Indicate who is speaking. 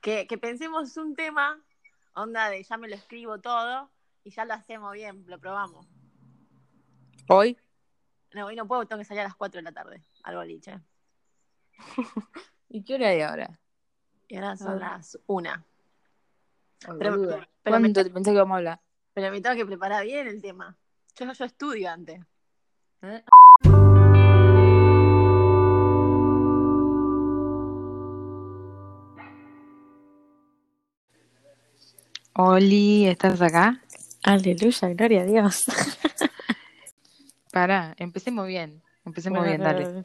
Speaker 1: que, que pensemos un tema, onda de ya me lo escribo todo y ya lo hacemos bien, lo probamos.
Speaker 2: Hoy.
Speaker 1: No, hoy no puedo, tengo que salir a las 4 de la tarde al boliche.
Speaker 2: ¿Y qué hora hay ahora?
Speaker 1: Y ahora son
Speaker 2: Ah.
Speaker 1: las 1.
Speaker 2: Ay,
Speaker 1: Pero,
Speaker 2: boluda.
Speaker 1: pero, me,
Speaker 2: ¿Cuánto te pensé que vamos a hablar?
Speaker 1: pero me tengo que preparar bien el tema. Yo, yo estudio antes.
Speaker 2: ¿Eh?
Speaker 3: Oli, ¿estás acá?
Speaker 2: Aleluya, gloria a Dios.
Speaker 3: Pará, empecemos bien. Empecemos bien, dale.